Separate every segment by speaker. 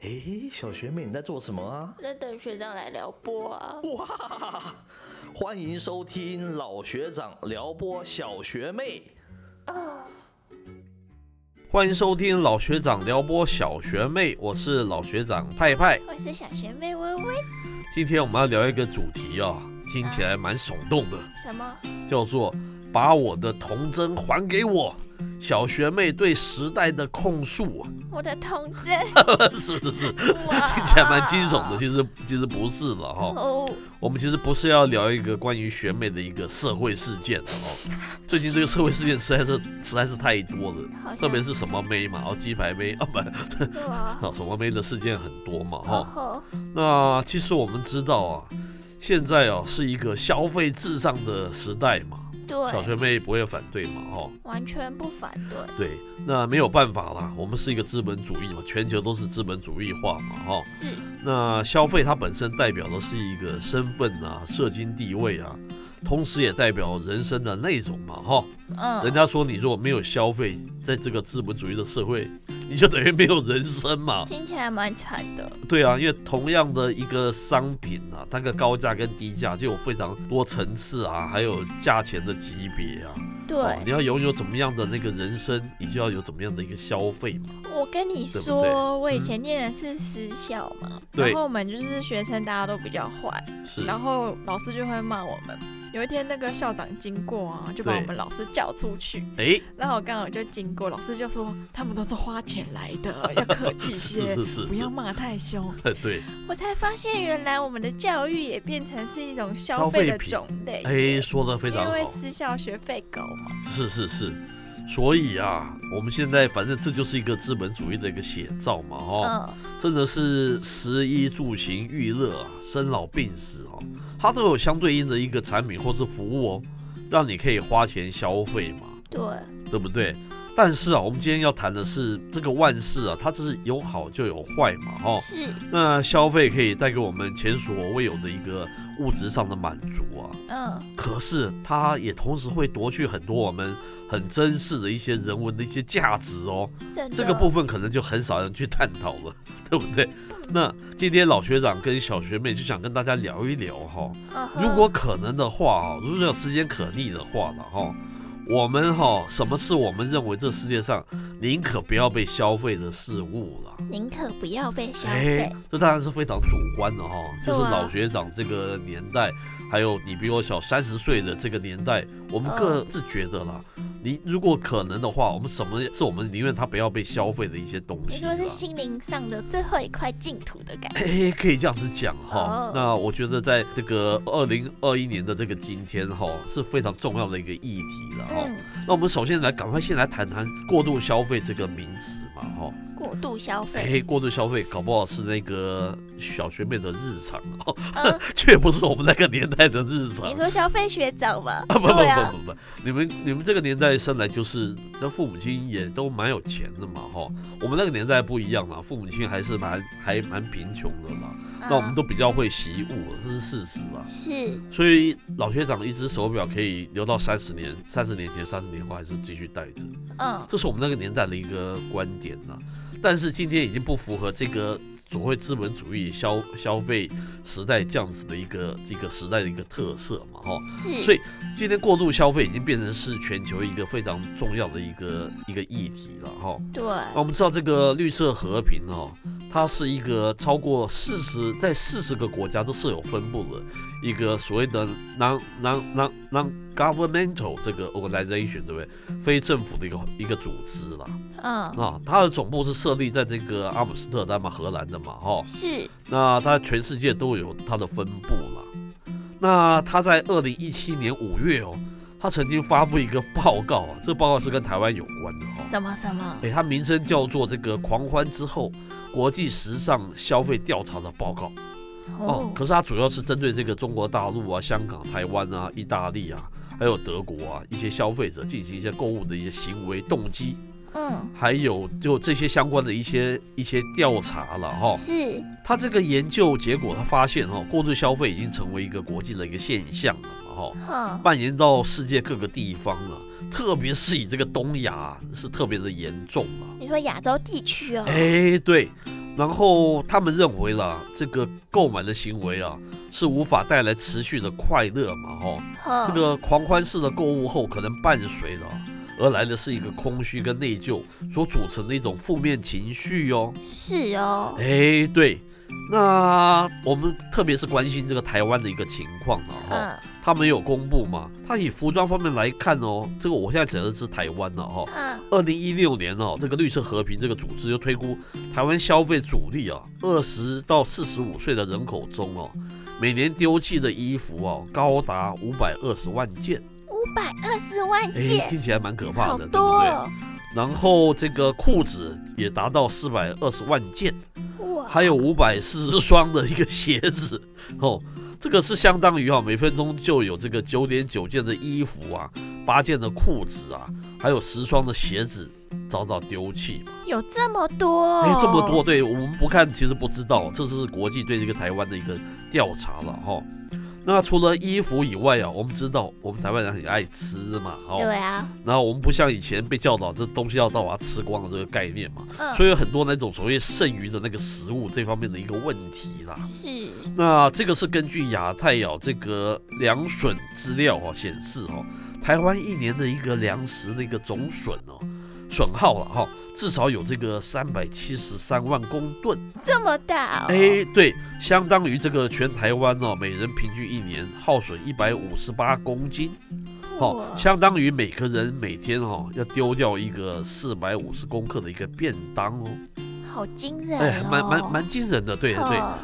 Speaker 1: 哎，小学妹你在做什么啊？
Speaker 2: 在等学长来撩拨啊！
Speaker 1: 哇，欢迎收听老学长撩拨小学妹。
Speaker 2: 哦
Speaker 1: 欢迎收听老学长撩拨小学妹，我是老学长派派。
Speaker 2: 我是小学妹微微，
Speaker 1: 今天我们要聊一个主题啊，听起来蛮耸动的，
Speaker 2: 什么？
Speaker 1: 叫做“把我的童真还给我”。小学妹对时代的 控诉，啊
Speaker 2: 我的童子？
Speaker 1: 是是是，
Speaker 2: 哇
Speaker 1: 听起来蛮惊悚的。其实其实不是了哈、
Speaker 2: 啊哦，
Speaker 1: 我们其实不是要聊一个关于学妹的一个社会事件的哦。最近这个社会事件实在是实在是太多了，
Speaker 2: 好像
Speaker 1: 特别是什么妹嘛，哦，鸡排妹啊，不，
Speaker 2: 哇，哦
Speaker 1: 啊，什么妹的事件很多嘛，哈、
Speaker 2: 然后
Speaker 1: 那其实我们知道啊，现在啊是一个消费至上的时代嘛，
Speaker 2: 对，
Speaker 1: 小学妹不会反对嘛，哦哈、
Speaker 2: 完全不反对，
Speaker 1: 对，那没有办法啦，我们是一个资本主义嘛，全球都是资本主义化嘛，哈、
Speaker 2: 是
Speaker 1: 那消费它本身代表的是一个身份啊、社经地位啊，同时也代表人生的内容嘛，哈。人
Speaker 2: 嗯，
Speaker 1: 家说你如果没有消费，在这个资本主义的社会，你就等于没有人生嘛。
Speaker 2: 听起来蛮惨的，
Speaker 1: 对啊，因为同样的一个商品啊，它的高价跟低价就有非常多层次啊，还有价钱的级别啊。哦
Speaker 2: 对。
Speaker 1: 你要拥有怎么样的那个人生，你就要有怎么样的一个消费嘛。
Speaker 2: 我跟你
Speaker 1: 对不对嗯
Speaker 2: 说，我以前念的是私校嘛，
Speaker 1: 对嗯
Speaker 2: 然后我们就是学生，大家都比较坏，
Speaker 1: 是，
Speaker 2: 然后老师就会骂我们。有一天那个校长经过啊，就把
Speaker 1: 对
Speaker 2: 我们老师叫出去，
Speaker 1: 哎，
Speaker 2: 然后我刚好就经过，老师就说他们都是花钱来的，要客 气些，
Speaker 1: 是是是
Speaker 2: 不
Speaker 1: 是
Speaker 2: 要，骂太凶。
Speaker 1: 哎对。
Speaker 2: 我才发现原来我们的教育也变成是一种消费
Speaker 1: 消费
Speaker 2: 的
Speaker 1: 品
Speaker 2: 种类，
Speaker 1: 哎，说的非常
Speaker 2: 因为
Speaker 1: 好，
Speaker 2: 私校学费高嘛，
Speaker 1: 是是是，所以啊，我们现在反正这就是一个资本主义的一个写照嘛，哦，
Speaker 2: 嗯，
Speaker 1: 真的是食衣住行娱乐啊，生老病死哦，它都有相对应的一个产品或是服务哦，让你可以花钱消费嘛，
Speaker 2: 对，
Speaker 1: 对不对？但是啊，我们今天要谈的是这个万事啊，它是有好就有坏嘛，哦，
Speaker 2: 是，
Speaker 1: 那消费可以带给我们前所未有的一个物质上的满足啊，
Speaker 2: 嗯，
Speaker 1: 可是它也同时会夺去很多我们很珍视的一些人文的一些价值哦。
Speaker 2: 真的。
Speaker 1: 这个部分可能就很少人去探讨了， 对不对？那今天老学长跟小学妹就想跟大家聊一聊哈、
Speaker 2: 嗯哼
Speaker 1: 如果可能的话哦，如果有时间可逆的话了哈、我们哈、什么是我们认为这世界上宁可不要被消费的事物了？
Speaker 2: 宁可不要被消
Speaker 1: 哎
Speaker 2: 费，，
Speaker 1: 这当然是非常主观的哈、就是
Speaker 2: 对啊
Speaker 1: 老学长这个年代，还有你比我小三十岁的这个年代，我们
Speaker 2: 嗯
Speaker 1: 各自觉得啦。你如果可能的话，我们什么是我们宁愿它不要被消费的一些东
Speaker 2: 你
Speaker 1: 西
Speaker 2: 说
Speaker 1: 啦。
Speaker 2: 是心灵上的最后一块净土的感觉，
Speaker 1: 哎，可以这样子讲哈
Speaker 2: 哦。
Speaker 1: 那我觉得在这个二零二一年的这个今天哈，是非常重要的一个议题了哈。
Speaker 2: 嗯，
Speaker 1: 那我们首先来赶快先来谈谈过度消费这个名词嘛哈。
Speaker 2: 过度消费，
Speaker 1: 哎，过度消费搞不好是那个小学妹的日常哦，
Speaker 2: 嗯，
Speaker 1: 却不是我们那个年代的日常
Speaker 2: 你。说消费学长吗？
Speaker 1: 啊不不
Speaker 2: 对啊，
Speaker 1: 不不不，你们你们这个年代生来就是，那父母亲也都蛮有钱的嘛哈。我们那个年代不一样啦，父母亲还是蛮还蛮贫穷的啦。
Speaker 2: 嗯
Speaker 1: 那我们
Speaker 2: 都
Speaker 1: 都比较会习物，这是事实啦。
Speaker 2: 是
Speaker 1: 所以老学长一只手表可以留到三十年，三十年前、三十年后还是继续戴着，
Speaker 2: 嗯，
Speaker 1: 这是我们那个年代的一个观点呐、但是今天已经不符合这个所谓资本主义消消费时代这样子的一个这个时代的一个特色嘛，哈。
Speaker 2: 是，
Speaker 1: 所以今天过度消费已经变成是全球一个非常重要的一个一个议题了，哈。
Speaker 2: 对，
Speaker 1: 啊，我们知道这个绿色和平哦，它是一个超过四十在四十个国家都设有分布的一个所谓的 non non non non governmental 这个 organization 对不对？非政府的一个一个组织啦。
Speaker 2: 嗯，
Speaker 1: 啊，它的总部是设立在这个阿姆斯特丹嘛，荷兰的嘛，哈、
Speaker 2: 是，
Speaker 1: 那它全世界都有它的分布了。那它在二零一七年五月哦，它曾经发布一个报告啊，这个报告是跟台湾有关的哦。
Speaker 2: 什么什么，
Speaker 1: 诶，它名称叫做这个“狂欢之后国际时尚消费调查”的报告哦。可是它主要是针对这个中国大陆啊、香港、台湾啊、意大利啊，还有德国啊一些消费者进行一些购物的一些行为动机，
Speaker 2: 嗯，
Speaker 1: 还有就这些相关的一些一些调查了哈、
Speaker 2: 是，
Speaker 1: 他这个研究结果，他发现哦，过度消费已经成为一个国际的一个现象了嘛哈、
Speaker 2: 哼，
Speaker 1: 蔓延到世界各个地方了，特别是以这个东亚是特别的严重啊。
Speaker 2: 你说亚洲地区哦，
Speaker 1: 哎，对，然后他们认为啦，这个购买的行为啊是无法带来持续的快乐嘛，哦，这个狂欢式的购物后，可能伴随了而来的是一个空虚跟内疚所组成的一种负面情绪哦。
Speaker 2: 是哦，
Speaker 1: 哎，对，那我们特别是关心这个台湾的一个情况了哈、
Speaker 2: 嗯
Speaker 1: 他们有公布嘛？他以服装方面来看哦，这个我现在指的是台湾了哈、
Speaker 2: 嗯，
Speaker 1: 二零一六年哦，这个绿色和平这个组织就推估台湾消费主力啊，二十到四十五岁的人口中哦，每年丢弃的衣服哦、高达五百二十万件，
Speaker 2: 五百二十万
Speaker 1: 哎，
Speaker 2: 件，
Speaker 1: 听起来蛮可怕
Speaker 2: 好
Speaker 1: 的，对
Speaker 2: 多
Speaker 1: 不对？
Speaker 2: 哦，
Speaker 1: 然后这个裤子也达到四百二十万件，
Speaker 2: 哇，
Speaker 1: 还有五百四十双的一个鞋子 哦，这个是相当于哈、每分钟就有这个九点九件的衣服啊，八件的裤子啊，还有十双的鞋子遭到丢弃。
Speaker 2: 有这么多，哦
Speaker 1: 哎，这么多，，对我们不看其实不知道，这是国际对这个台湾的一个调查了哈、那除了衣服以外啊，我们知道我们台湾人很爱吃嘛，哦，
Speaker 2: 对啊，
Speaker 1: 然后我们不像以前被教导这东西要到把它吃光的这个概念嘛，
Speaker 2: 嗯，
Speaker 1: 所以有很多那种所谓剩余的那个食物这方面的一个问题啦。
Speaker 2: 是，
Speaker 1: 那这个是根据亚太哦这个粮损资料哦显示哦，台湾一年的一个粮食的一个总损哦损耗了哈、至少有这个三百七十三万公吨，
Speaker 2: 这么大、哦，
Speaker 1: 哎，对，相当于这个全台湾哦每人平均一年耗损一百五十八公斤，哦
Speaker 2: 哇，
Speaker 1: 相当于每个人每天哦要丢掉一个四百五十公克的一个便当哦，
Speaker 2: 好惊人、哦，
Speaker 1: 哎，蛮蛮蛮惊人的，对对。
Speaker 2: 哦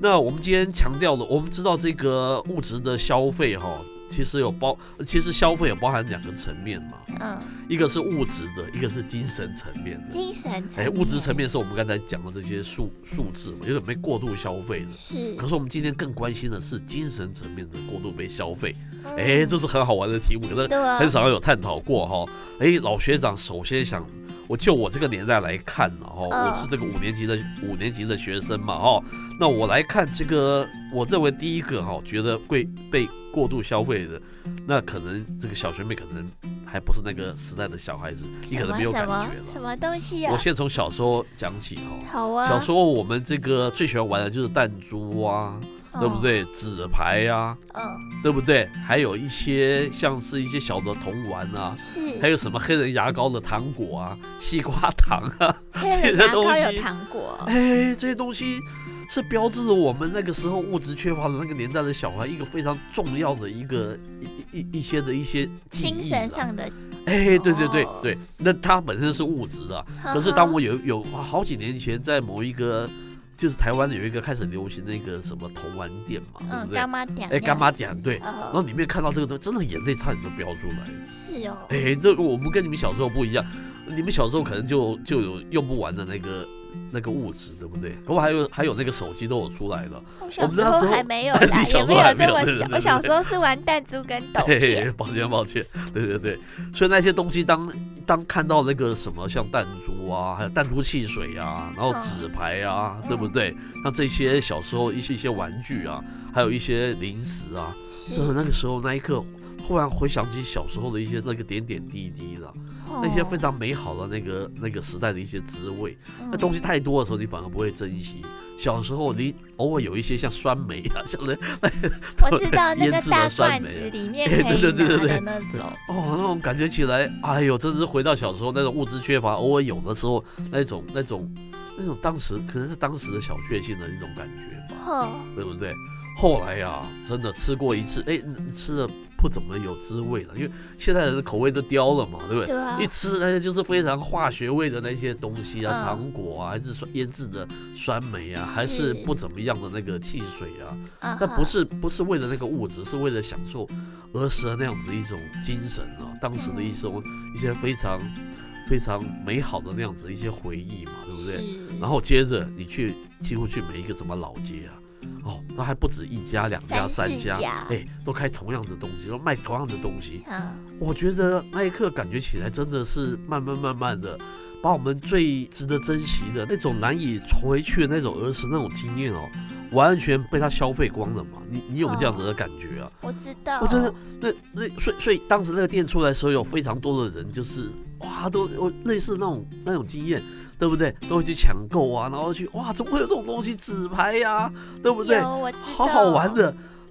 Speaker 1: 那我们今天强调了，我们知道这个物质的消费哈、其实有包，其实消费有包含两个层面嘛，
Speaker 2: 嗯，
Speaker 1: 一个是物质的，一个是精神层面的。
Speaker 2: 精神层
Speaker 1: 哎，
Speaker 2: 面，
Speaker 1: 物质层面是我们刚才讲的这些数数字嘛，有点被过度消费了。
Speaker 2: 是，
Speaker 1: 可是我们今天更关心的是精神层面的过度被消费，
Speaker 2: 嗯
Speaker 1: 哎，这是很好玩的题目，可能
Speaker 2: 对啊，
Speaker 1: 很少有探讨过哈、哎，老学长首先想，我就我这个年代来看呢、哦，
Speaker 2: 嗯
Speaker 1: 我是这个五年级的五年级的学生嘛哦，那我来看这个，我认为第一个哈、觉得会被过度消费的，那可能这个小学妹可能还不是那个时代的小孩子，你可能没有感
Speaker 2: 什
Speaker 1: 觉
Speaker 2: 么什么什
Speaker 1: 了。
Speaker 2: 么东西啊
Speaker 1: 我？先从小时候讲起哈、
Speaker 2: 好啊，
Speaker 1: 小时候我们这个最喜欢玩的就是弹珠啊，对不
Speaker 2: 嗯？
Speaker 1: 对？纸牌呀、啊，
Speaker 2: 嗯，
Speaker 1: 对不对？还有一些像是一些小的童玩啊，
Speaker 2: 是，
Speaker 1: 还有什么黑人牙膏的糖果啊、西瓜糖啊，
Speaker 2: 黑
Speaker 1: 这
Speaker 2: 人
Speaker 1: 些
Speaker 2: 牙
Speaker 1: 东
Speaker 2: 膏
Speaker 1: 西
Speaker 2: 有糖果，
Speaker 1: 哎，这些东西是标志着我们那个时候物质缺乏的那个年代的小孩一个非常重要的一个一一一些的一些记忆啊啦
Speaker 2: 精神。上的，
Speaker 1: 哎，对对对
Speaker 2: 哦嗯
Speaker 1: 对，那它本身是物质的啊，可是当我有有好几年前在某一个。就是台湾有一个开始流行那个什么童玩店嘛，对
Speaker 2: 嗯
Speaker 1: 不对？
Speaker 2: 干妈点，
Speaker 1: 哎，干妈嗯讲对，然后
Speaker 2: 哦，
Speaker 1: 里面看到这个东西，真的眼泪差点都飙出来了。
Speaker 2: 是哦，
Speaker 1: 哎，这我们跟你们小时候不一样，你们小时候可能就就有用不完的那个那个物质，对不对？可我还有还有那个手机都有出来了，
Speaker 2: 我
Speaker 1: 我
Speaker 2: 小
Speaker 1: 们
Speaker 2: 时
Speaker 1: 那
Speaker 2: 候
Speaker 1: 时候
Speaker 2: 还没有
Speaker 1: 你
Speaker 2: 啦，
Speaker 1: 小
Speaker 2: 也
Speaker 1: 时
Speaker 2: 没
Speaker 1: 候还
Speaker 2: 有
Speaker 1: 没
Speaker 2: 这
Speaker 1: 有
Speaker 2: 么
Speaker 1: 对对
Speaker 2: 小。
Speaker 1: 对
Speaker 2: 我小时候是玩弹珠跟豆
Speaker 1: 嘿
Speaker 2: 片，
Speaker 1: 嘿，抱歉抱歉，对对对，所以那些东西当当看到那个什么像弹珠啊，还有弹珠汽水啊，然后纸牌啊，
Speaker 2: 嗯
Speaker 1: 对不对？像这些小时候一些一些玩具啊，还有一些零食啊，真的
Speaker 2: 是
Speaker 1: 那个时候那一刻。突然回想起小时候的一些那个点点滴滴了，
Speaker 2: 哦
Speaker 1: 那些非常美好的那个那个时代的一些滋味，那东西太多的时候，你反而不会珍惜。小时候你偶尔有一些像酸梅啊，像那
Speaker 2: 西，嗯我知 道那
Speaker 1: 腌
Speaker 2: 个
Speaker 1: 制的
Speaker 2: 大
Speaker 1: 酸
Speaker 2: 罐
Speaker 1: 梅
Speaker 2: 子里面
Speaker 1: 哎
Speaker 2: 可以
Speaker 1: 对对对
Speaker 2: 拿
Speaker 1: 对
Speaker 2: 的那种，
Speaker 1: 哦，那种感觉起来，哎呦，真的是回到小时候那种物质缺乏，偶尔有的时候那种那种那种当时可能是当时的小确幸的一种感觉吧，
Speaker 2: 哦，
Speaker 1: 对不对？后来呀、真的吃过一次，哎，嗯吃的不怎么有滋味了，因为现在人的口味都刁了嘛，对不对？
Speaker 2: 对啊
Speaker 1: 一，吃那些就是非常化学味的那些东西啊，
Speaker 2: 嗯
Speaker 1: 糖果啊，还是酸腌制的酸梅啊，还是
Speaker 2: 是
Speaker 1: 不怎么样的那个汽水啊，
Speaker 2: 啊
Speaker 1: 那
Speaker 2: 哈
Speaker 1: 不是不是为了那个物质，是为了享受儿时的那样子一种精神啊，当时的一种一些非常非常美好的那样子一些回忆嘛，对不对？
Speaker 2: 是
Speaker 1: 然后接着你去几乎去每一个什么老街啊，哦，那还不止一家、两家、
Speaker 2: 三
Speaker 1: 三
Speaker 2: 四
Speaker 1: 家，
Speaker 2: 家
Speaker 1: 哎，都开同样的东西，都卖同样的东西，
Speaker 2: 嗯，
Speaker 1: 我觉得那一刻感觉起来真的是慢慢慢慢的，把我们最值得珍惜的那种难以回去的那种儿时那种经验哦，完全被他消费光了嘛。你你有没有这样子的感觉啊？
Speaker 2: 我知道，
Speaker 1: 我真的那那所以所以当时那个店出来的时候，有非常多的人就是哇，都有类似那种那种经验。对不对？都会去抢购啊，然后去哇，怎么会有这种东西？纸牌呀、对不对？
Speaker 2: 有我知道，
Speaker 1: 好好玩，的。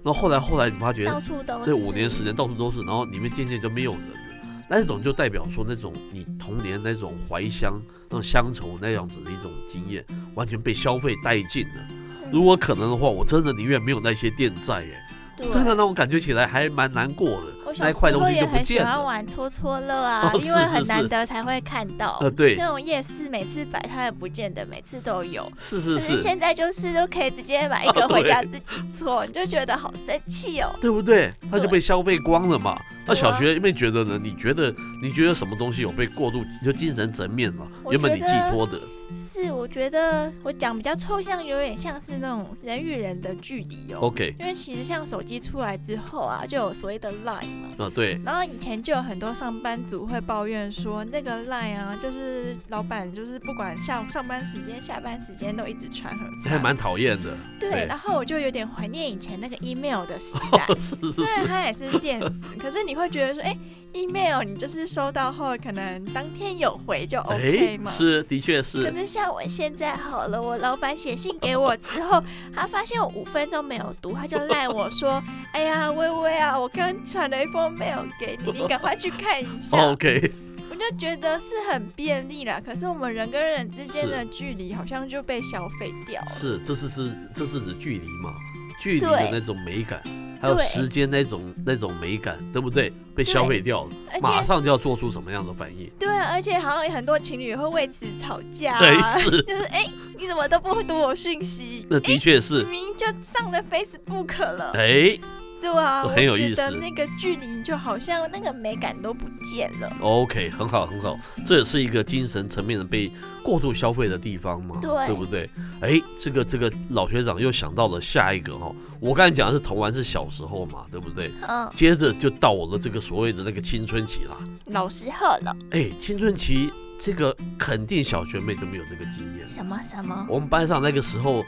Speaker 1: 然后后来后来你发觉，
Speaker 2: 到处都是。
Speaker 1: 这五年十年到处都是，然后里面渐渐就没有人了。那种就代表说那种你童年那种怀乡、那种乡愁那样子的一种经验，完全被消费殆尽了。
Speaker 2: 嗯
Speaker 1: 如果可能的话，我真的宁愿没有那些店在耶，
Speaker 2: 对
Speaker 1: 真的让我感觉起来还蛮难过
Speaker 2: 我
Speaker 1: 的，
Speaker 2: 小
Speaker 1: 那一
Speaker 2: 时
Speaker 1: 块东
Speaker 2: 候
Speaker 1: 西
Speaker 2: 也
Speaker 1: 就不
Speaker 2: 很喜
Speaker 1: 见
Speaker 2: 欢
Speaker 1: 了。
Speaker 2: 玩戳戳乐啊，
Speaker 1: 哦
Speaker 2: 因为
Speaker 1: 是
Speaker 2: 很
Speaker 1: 是
Speaker 2: 难
Speaker 1: 是
Speaker 2: 得才会看到。
Speaker 1: 呃，对，
Speaker 2: 那种夜市每次摆摊也不见得每次都有，
Speaker 1: 是是
Speaker 2: 可是
Speaker 1: 是，
Speaker 2: 现在就是都可以直接买一
Speaker 1: 啊
Speaker 2: 个回
Speaker 1: 对
Speaker 2: 家自己做，你就觉得好生气哦。
Speaker 1: 对不对？它就
Speaker 2: 对
Speaker 1: 被消费光了嘛。那
Speaker 2: 对
Speaker 1: 小
Speaker 2: 啊
Speaker 1: 学妹觉得呢？你觉得你觉得什么东西有被过度就精神层面嘛？
Speaker 2: 我
Speaker 1: 原本
Speaker 2: 觉
Speaker 1: 你寄
Speaker 2: 得
Speaker 1: 托的，
Speaker 2: 是，我觉得我讲比较抽象，有点像是那种人与人的距离哦。
Speaker 1: OK，
Speaker 2: 因为其实像手机出来之后啊，就有所谓的 Line 嘛。
Speaker 1: 啊对，
Speaker 3: 然后以前就有很多上班族会抱怨说，那个 Line 啊，就是老板就是不管下上班时间、下班时间都一直传很烦
Speaker 1: 还蛮讨厌的。 欸
Speaker 3: 对
Speaker 1: 对。
Speaker 3: 然后我就有点怀念以前那 个 email 的时代，
Speaker 1: 是是
Speaker 3: 虽然
Speaker 1: 是，
Speaker 3: 它也是电子，可是你会觉得说，哎、e m a i l 你就是收到后可能当天有回就 OK 嘛。
Speaker 1: 哎是的确
Speaker 2: 可
Speaker 1: 是，
Speaker 2: 是像我现在好了，我老板写信给我之后，他发现我五分钟没有读，他就赖我说：“
Speaker 3: 哎呀，微微啊，我刚传了一封 mail 给你，你赶快去看一下。
Speaker 1: OK，
Speaker 3: 我就觉得是很便利啦，可是我们人跟人之间的距离好像就被消费掉了。
Speaker 1: 是这是是这是指距离嘛？距离的
Speaker 2: 对
Speaker 1: 那种美感，还有
Speaker 2: 对
Speaker 1: 时间那种那种美感，对不对？被消费掉了，
Speaker 3: 而
Speaker 1: 马
Speaker 3: 且
Speaker 1: 上就要做出什么样的反应？
Speaker 3: 对啊，而且好像有很多情侣会为此吵架、
Speaker 1: 对，
Speaker 3: 啊，
Speaker 1: 是，
Speaker 3: 就是哎、你怎么都不读我讯息？
Speaker 1: 那的确
Speaker 3: 明
Speaker 1: 是，
Speaker 3: 明就上了 Facebook 了，
Speaker 1: 哎
Speaker 3: 对啊，
Speaker 1: 很有意思
Speaker 3: 我觉得那个距离就好像那个美感都不见了。
Speaker 1: ，OK，很好很好，这也是一个精神层面的被过度消费的地方嘛，
Speaker 2: 对
Speaker 1: 不对？哎，这个这个老学长又想到了下一个哈、哦，我刚才讲的是童玩是小时候嘛，对不对？
Speaker 2: 嗯，
Speaker 1: 接着就到我的这个所谓的那个青春期啦。
Speaker 2: 老时候了，
Speaker 1: 哎，青春期这个肯定小学妹都没有这个经验。
Speaker 2: 什么什么
Speaker 1: 我们班上那个时候，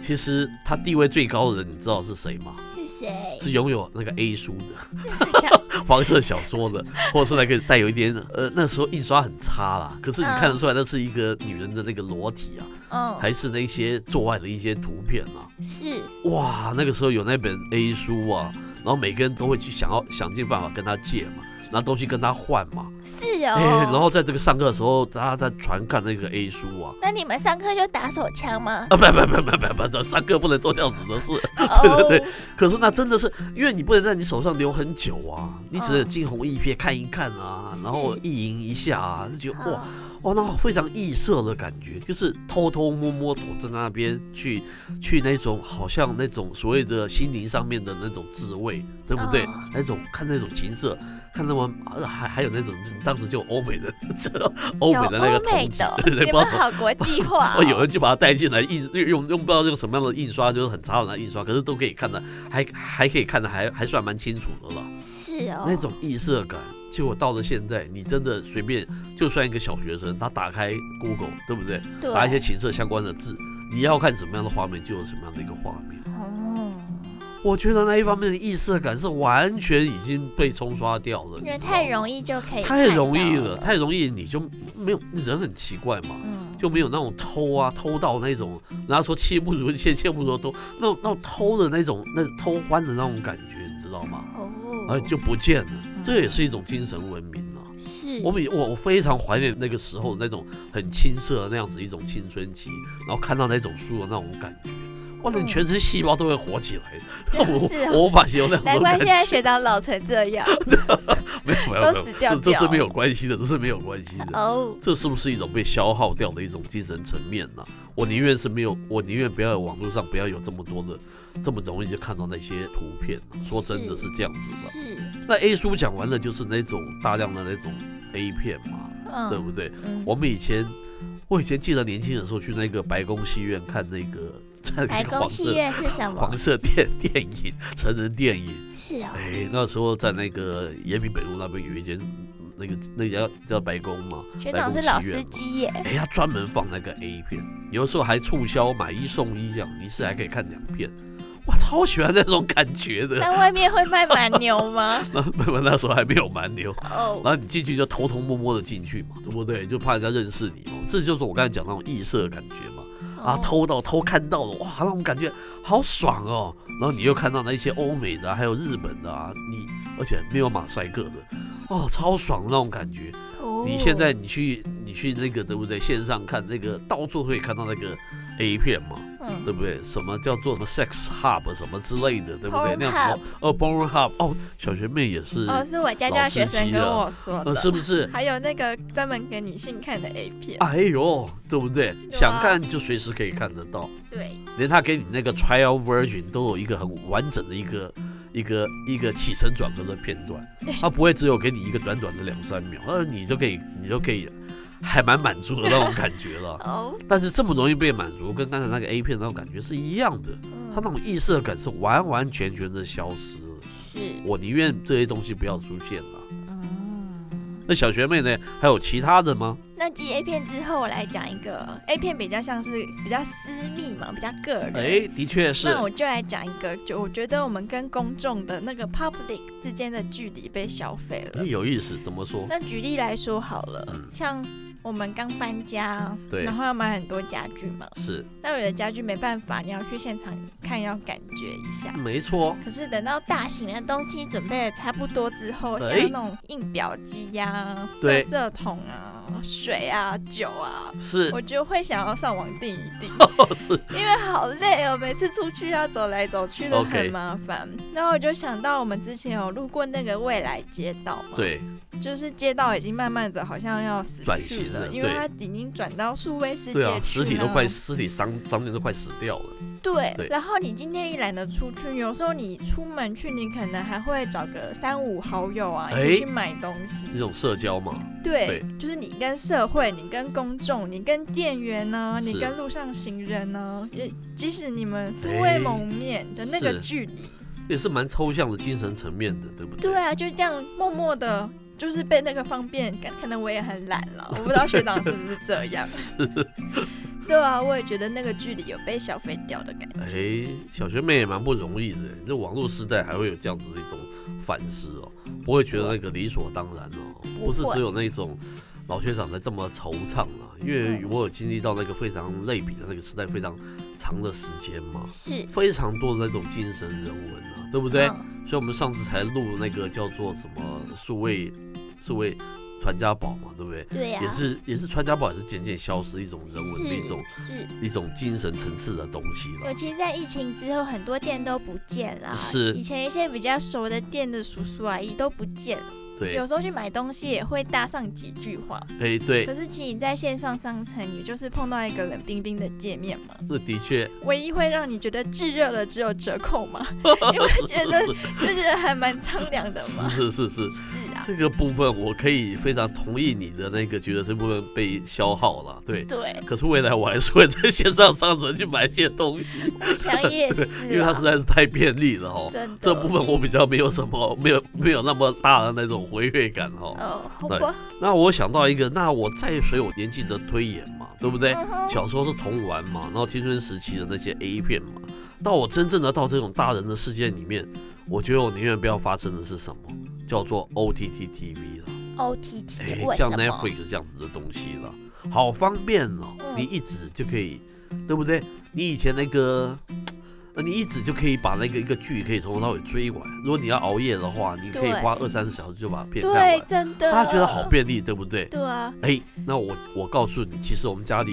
Speaker 1: 其实他地位最高的人，你知道是谁吗？
Speaker 2: 是谁？
Speaker 1: 是拥有那个 A 书的
Speaker 2: 是这样
Speaker 1: 黄色小说的， 或者是那个带有一点呃，那时候印刷很差啦。可是你
Speaker 2: 嗯
Speaker 1: 看得出来，那是一个女人的那个裸体啊，
Speaker 2: 嗯，
Speaker 1: 还是那些做爱的一些图片啊。
Speaker 2: 是
Speaker 1: 哇，那个时候有那本 A 书啊，然后每个人都会去想要想尽办法跟他借嘛，拿东西跟他换嘛。
Speaker 2: 是
Speaker 1: 哎、然
Speaker 2: 哦。
Speaker 1: 后在这个上课的时候，大家在传看那个 A 书啊，
Speaker 2: 那你们上课就打手枪吗？
Speaker 1: 啊不不不不不不，上课不能做这样子的事。
Speaker 2: 哦
Speaker 1: 对可是那真的是，因为你不能在你手上留很久啊，你只能
Speaker 2: 嗯
Speaker 1: 惊鸿一瞥看一看啊，然后
Speaker 2: 是嗯
Speaker 1: 意淫一下啊，就觉得哇
Speaker 2: 好
Speaker 1: 哇，哦那种非常异色的感觉，就是偷偷摸摸躲在那边去去那种好像那种所谓的心灵上面的那种滋味，对不对？
Speaker 2: 嗯
Speaker 1: 那种看那种情色，看那么啊还还有那种当时就有欧美的 这欧美的那个
Speaker 2: 有欧
Speaker 1: 同
Speaker 2: 美
Speaker 1: 体
Speaker 2: 的，
Speaker 1: 对对，
Speaker 2: 你
Speaker 1: 不知道
Speaker 2: 们
Speaker 1: 从
Speaker 2: 好国际化、哦。
Speaker 1: 哦，有人就把它带进来印用用不知道用什么样的印刷，就是很差的那印刷，可是都可以看的，还还可以看的还还算蛮清楚的了。
Speaker 2: 是哦，
Speaker 1: 那种异色感，结果到了现在，你真的随便，就算一个小学生，他打开 Google，对不对？
Speaker 2: 对
Speaker 1: 打一些情色相关的字，你要看什么样的画面，就有什么样的一个画面。
Speaker 2: 哦，
Speaker 1: 我觉得那一方面的异色感是完全已经被冲刷掉了，
Speaker 2: 因为太
Speaker 1: 易
Speaker 2: 容易就可以
Speaker 1: 太容易
Speaker 2: 看到
Speaker 1: 了，太容易你就没有人很奇怪嘛。
Speaker 2: 嗯，
Speaker 1: 就没有那种偷啊偷盗那种，然后说切不如切，切不如偷，那种那种偷的那种那种偷欢的那种感觉，你知道吗？
Speaker 2: 哦，嗯
Speaker 1: 哎，就不见了，这也是一种精神文明啊。
Speaker 2: 是
Speaker 1: 我们也我我非常怀念那个时候那种很青涩的那样子一种青春期，然后看到那种书的那种感觉，哇，你
Speaker 2: 嗯
Speaker 1: 全身细胞都会活起来。
Speaker 2: 是啊
Speaker 1: 我我无法形容那种
Speaker 2: 难怪
Speaker 1: 感
Speaker 2: 现
Speaker 1: 觉，
Speaker 2: 在学长老成这样
Speaker 1: 没有没有
Speaker 2: 都死
Speaker 1: 没
Speaker 2: 掉
Speaker 1: 有，这这
Speaker 2: 掉
Speaker 1: 是没有关系的，这是没有关系的。
Speaker 2: 哦，
Speaker 1: 这是不是一种被消耗掉的一种精神层面呢、我宁愿是没有，我宁愿不要有网络上不要有这么多的，这么容易就看到那些图片、啊。说真的是这样子的。
Speaker 2: 是
Speaker 1: 那 A 书讲完了，就是那种大量的那种 A 片嘛，对
Speaker 2: 嗯
Speaker 1: 不对？
Speaker 2: 嗯，
Speaker 1: 我们以前，我以前记得年轻的时候去那个白宫戏院看那个，看
Speaker 2: 白
Speaker 1: 那个
Speaker 2: 宫
Speaker 1: 黄
Speaker 2: 戏
Speaker 1: 色
Speaker 2: 院是什么
Speaker 1: 黄？色电电影成人电影。
Speaker 2: 是哦，
Speaker 1: 哎，那时候在那个延平北路那边有一间，那个那家叫白宫嘛。
Speaker 2: 学长是老司机耶，
Speaker 1: 哎，他专门放那个 A 片，有的时候还促销买一送一这样，一次还可以看两片。哇，超喜欢那种感觉的。
Speaker 2: 那外面会卖蛮牛 吗？
Speaker 1: 那没有，那时候还没有蛮牛，
Speaker 2: 哦，
Speaker 1: 然后你进去就偷偷摸摸的进去嘛，对不对？就怕人家认识你嘛，这就是我刚才讲那种异色的感觉嘛。啊，
Speaker 2: 哦
Speaker 1: 偷到偷看到了，哇，那种感觉好爽哦。然后你又看到那一些欧美的啊、还有日本的啊，你而且没有马赛克的，哦，超爽的那种感觉。
Speaker 2: 哦
Speaker 3: 哦
Speaker 1: 你现在你去你去那个对不对？线上看那个到处可以看到那个 A 片嘛，
Speaker 2: 嗯
Speaker 1: 对不对？什么叫做什么 sex hub 什么之类的，对不
Speaker 2: Pornhub
Speaker 1: 对？
Speaker 2: 呃
Speaker 1: 那样子哦哦，born hub 哦，小学妹也是，
Speaker 3: 哦，是我家教学生跟我说的
Speaker 1: 呃，，是不是？
Speaker 3: 还有那个专门给女性看的 A 片，
Speaker 1: 哎呦，对不对？
Speaker 3: 啊
Speaker 1: 想看就随时可以看得到，
Speaker 2: 对，
Speaker 1: 连他给你那个
Speaker 3: 嗯
Speaker 1: trial version 都有一个很完整的一个一个一个起承转合的片段
Speaker 2: 对，
Speaker 1: 他不会只有给你一个短短的两三秒，而你就可以你就可以还蛮满足的那种感觉 了。
Speaker 2: 哦，
Speaker 1: 但是这么容易被满足，跟刚才那个 A 片那种感觉是一样的，它那
Speaker 2: 嗯，
Speaker 1: 种异色感是完完全全的消失了。
Speaker 2: 是，
Speaker 1: 我宁愿这些东西不要出现了。
Speaker 2: 嗯，
Speaker 1: 那小学妹呢？还有其他的吗？
Speaker 2: 那继 A 片之后，我来讲一个，
Speaker 3: A 片比较像是比较私密嘛，比较个人。
Speaker 1: 哎，的确是
Speaker 3: 那我就来讲一个，就我觉得我们跟公众的那个 public 之间的距离被消费了
Speaker 1: 哎。有意思。怎么说？
Speaker 2: 那举例来说好了
Speaker 1: 嗯，
Speaker 2: 像我们刚搬家，
Speaker 1: 对
Speaker 2: 然后要买很多家具嘛，
Speaker 1: 是
Speaker 2: 那有的家具没办法，你要去现场看，要感觉一下。
Speaker 1: 没错，
Speaker 2: 可是等到大型的东西准备的差不多之后，像
Speaker 1: 哎
Speaker 2: 那种印表机呀、
Speaker 1: 对
Speaker 2: 垃圾桶啊、水啊、酒啊，
Speaker 1: 是哦
Speaker 2: 我就会想要上网订一订，
Speaker 1: 是
Speaker 2: 因为好累哦，每次出去要走来走去的
Speaker 1: OK
Speaker 2: 很麻烦。然后我就想到我们之前有路过那个未来街道嘛，，
Speaker 1: 对，
Speaker 2: 就是街道已经慢慢的好像要死
Speaker 1: 转
Speaker 2: 去
Speaker 1: 型了
Speaker 2: 因为
Speaker 1: 对
Speaker 2: 它已经转到数位世界
Speaker 1: 对啊，
Speaker 2: 去
Speaker 1: 尸体都
Speaker 2: 了
Speaker 1: 快尸体伤脏点都快死掉了。
Speaker 2: 对，
Speaker 1: 对
Speaker 2: 然后你今天也懒得出去，有时候你出门去，你可能还会找个三五好友啊，一
Speaker 1: 哎
Speaker 2: 起去买东西。
Speaker 1: 这种社交嘛，
Speaker 2: 对，就是你跟社会，你跟公众，你跟店员呢、
Speaker 1: 是
Speaker 2: 你跟路上行人呢、也即使你们素未谋面的那
Speaker 1: 是
Speaker 2: 个距离，
Speaker 1: 也是蛮抽象的精神层面的，对不对？
Speaker 2: 对啊，就这样默默的。就是被那个方便感，可能我也很懒了，我不知道学长是不是这样。啊对啊，我也觉得那个距离有被消费掉的感觉。
Speaker 1: 哎，小学妹也蛮不容易的，这网络时代还会有这样子的一种反思哦，不会觉得那个理所当然哦，
Speaker 2: 不
Speaker 1: 不是
Speaker 2: 会
Speaker 1: 只有那种老学长才这么惆怅啊，因为
Speaker 2: 嗯
Speaker 1: 我有经历到那个非常类比的那个时代非常长的时间嘛，
Speaker 2: 是，
Speaker 1: 非常多的那种精神人文啊，对不
Speaker 2: 嗯
Speaker 1: 对？所以我们上次才录那个叫做什么数位数位传家宝嘛，对不对？
Speaker 2: 对呀、
Speaker 1: 也是也是传家宝也是渐渐消失一种人文的
Speaker 2: 是
Speaker 1: 一种
Speaker 2: 是，
Speaker 1: 一种精神层次的东西了
Speaker 2: 尤。其在疫情之后，很多店都不见了。啊
Speaker 1: 是
Speaker 2: 以前一些比较熟的店的叔叔阿姨都不见了。
Speaker 1: 对，
Speaker 2: 有时候去买东西也会搭上几句话，
Speaker 1: 哎对，
Speaker 2: 可是其实你在线上商城，也就是碰到一个冷冰冰的界面嘛。
Speaker 1: 那的确
Speaker 2: 唯一会让你觉得炙热的只有折扣 嘛，因为 觉得就觉得还蛮苍凉的嘛。
Speaker 1: 是是是是，
Speaker 2: 是啊，
Speaker 1: 这个部分我可以非常同意你的那个，觉得这部分被消耗了，对。
Speaker 2: 对，
Speaker 1: 可是未来我还是会在线上商城去买一些东西，
Speaker 2: 我想 也是啊，
Speaker 1: 因为它实在是太便利了哦。
Speaker 2: 真的
Speaker 1: 这部分我比较没有什么，没有没有那么大的那种回馈感哦。
Speaker 2: 哦，好
Speaker 1: 对
Speaker 2: 吧，
Speaker 1: 那我想到一个，那我再随我年纪的推演嘛，对不对？
Speaker 2: 嗯哼
Speaker 1: 小时候是童玩嘛，然后青春时期的那些 A 片嘛，到我真正的到这种大人的世界里面，我觉得我宁愿不要发生的是什么？叫做 OTT TV 了，
Speaker 2: O T T，
Speaker 1: 哎
Speaker 2: 为，什
Speaker 1: 像
Speaker 2: 么？
Speaker 1: Netflix 这样子的东西了，好方便哦，
Speaker 2: 嗯
Speaker 1: 你一指就可以，对不对？你以前那个。呃你一指就可以把那个一个剧可以从头到尾追完。如果你要熬夜的话，你可以
Speaker 2: 对
Speaker 1: 花二三十小时就把片看
Speaker 2: 对，
Speaker 1: 完，
Speaker 2: 真的。
Speaker 1: 大家觉得好。便利，对不对？
Speaker 2: 对啊，
Speaker 1: 哎，那我我告诉你，其实我们家里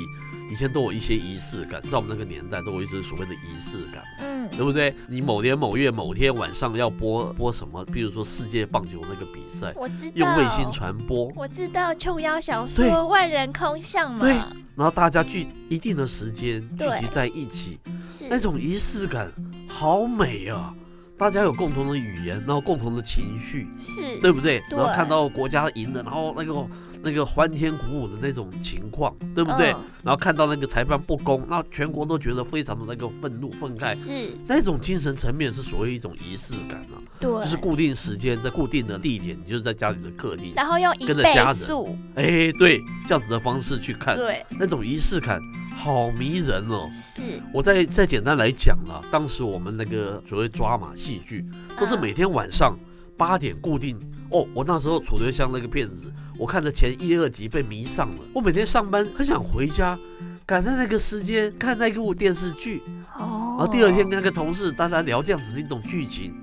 Speaker 1: 以前都有一些仪式感，在我们那个年代都有一些所谓的仪式感，
Speaker 2: 嗯，
Speaker 1: 对不对？你某年某月某天晚上要播播什么，比如说世界棒球那个比赛，
Speaker 2: 我知道。
Speaker 1: 用卫星传播，
Speaker 2: 我知道琼瑶小说
Speaker 1: 对
Speaker 2: 《万人空巷》
Speaker 1: 对
Speaker 2: 嘛，
Speaker 1: 然后大家聚一定的时间聚
Speaker 2: 对嗯
Speaker 1: 集在一起，
Speaker 2: 是
Speaker 1: 那种仪式感好美啊！大家有共同的语言，然后共同的情绪，
Speaker 2: 是，
Speaker 1: 对不对？
Speaker 2: 对
Speaker 1: 然后看到国家赢了，然后那个那个欢天鼓舞的那种情况，对不对？
Speaker 2: 嗯
Speaker 1: 然后看到那个裁判不公，那全国都觉得非常的那个愤怒愤慨，
Speaker 2: 是
Speaker 1: 那种精神层面是所谓一种仪式感啊。
Speaker 2: 对
Speaker 1: 就，是固定时间，在固定的地点，你就是在家里的客厅，
Speaker 2: 然后用一
Speaker 1: 跟着
Speaker 2: 倍
Speaker 1: 家人
Speaker 2: 速，
Speaker 1: 哎，对，这样子的方式去看，
Speaker 2: 对，
Speaker 1: 那种仪式感好迷人哦。
Speaker 2: 是，
Speaker 1: 我再再简单来讲啦，当时我们那个所谓抓马戏剧，都是
Speaker 2: 嗯
Speaker 1: 每天晚上八点固定。哦，我那时候楚留香那个片子，我看的前一二集被迷上了。我每天上班很想回家，赶在那个时间看那部电视剧，
Speaker 2: 哦
Speaker 1: 然后第二天跟那个同事大家聊这样子的一种剧情，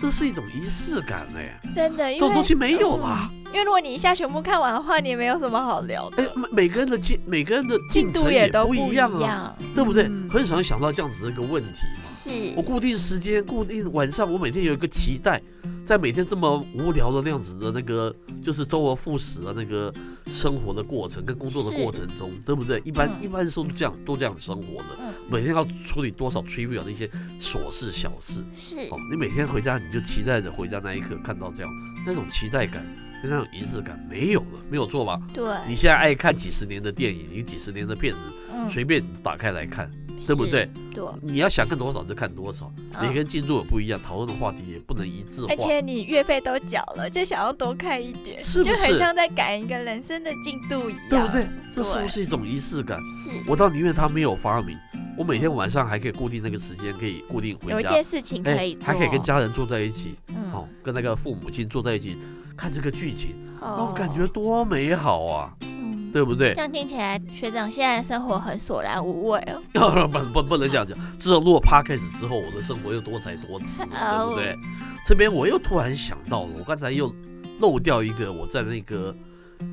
Speaker 1: 这是一种仪式感哎、
Speaker 2: 真的，
Speaker 1: 这
Speaker 2: 因
Speaker 1: 种
Speaker 2: 为
Speaker 1: 东西没有啦。
Speaker 2: 因为如果你一下全部看完的话，你也没有什么好聊
Speaker 1: 哎、
Speaker 2: 的，
Speaker 1: 每每个人的进每个人的进
Speaker 2: 嗯进
Speaker 1: 程
Speaker 2: 度也都
Speaker 1: 不
Speaker 2: 一
Speaker 1: 样啊，对不对？
Speaker 2: 嗯
Speaker 1: 很少想到这样子的一个问题嘛。
Speaker 2: 是
Speaker 1: 我，固定时间、固定晚上，我每天有一个期待，在每天这么无聊的那样子的那个，就是周而复始的那个生活的过程跟工作的
Speaker 2: 是
Speaker 1: 过程中，对不对？一般、
Speaker 2: 嗯
Speaker 1: 一般是都这样都这样生活的，
Speaker 2: 嗯
Speaker 1: 每天要处理多少 trivial 的一些琐事小事
Speaker 2: 是
Speaker 1: 哦。你每天回家，你就期待着回家那一刻看到这样那种期待感。跟那种仪式感没有了，没有错吧？
Speaker 2: 对，
Speaker 1: 你现在爱看几十年的电影，你几十年的片子，
Speaker 2: 嗯，
Speaker 1: 随便打开来看，对不
Speaker 2: 是
Speaker 1: 对？？
Speaker 2: 对，
Speaker 1: 你要想看多少就看多少，每
Speaker 2: 嗯
Speaker 1: 个人进度也不一样，讨论的话题也不能一致化
Speaker 2: 而。且你月费都缴了，就想要多看一点，
Speaker 1: 是不
Speaker 2: 就很
Speaker 1: 是
Speaker 2: 像在赶一个人生的进度一样，
Speaker 1: 对不对？这是不
Speaker 2: 对
Speaker 1: 是一种仪式感？
Speaker 2: 是。
Speaker 1: 我倒宁愿他没有发明，我每天晚上还可以固定那个时间，可以固定
Speaker 2: 有
Speaker 1: 回
Speaker 2: 一
Speaker 1: 家，哎
Speaker 2: 件事情可以做，
Speaker 1: 还可以跟家人坐在一起，
Speaker 2: 嗯
Speaker 1: 哦，跟那个父母亲坐在一起看这个剧情，那
Speaker 2: 哦
Speaker 1: 种感觉多美好啊，
Speaker 2: 嗯，
Speaker 1: 对不对
Speaker 2: 这？样听起来学长现在的生活很索然无味哦。
Speaker 1: 要不不不能这样讲，自从录了 podcast 之后，我的生活又多才多姿了，对不对
Speaker 2: 哦？
Speaker 1: 这边我又突然想到了，我刚才又漏掉一个我在那个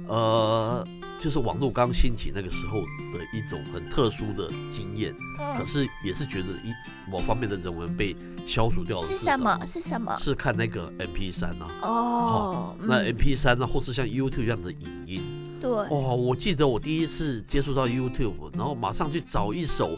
Speaker 1: 呃，就是网络刚兴起那个时候的一种很特殊的经验，可
Speaker 2: 嗯，
Speaker 1: 是也是觉得一某方面的人文被消除掉了，
Speaker 2: 是
Speaker 1: 是
Speaker 2: 什么？？是什么？
Speaker 1: 是看那个 MP 三啊，
Speaker 2: 哦，
Speaker 1: 那
Speaker 2: 嗯
Speaker 1: MP 三啊，或是像 YouTube 这样的影音，
Speaker 2: 对，嗯
Speaker 1: 哇，我记得我第一次接触到 YouTube，然后马上去找一首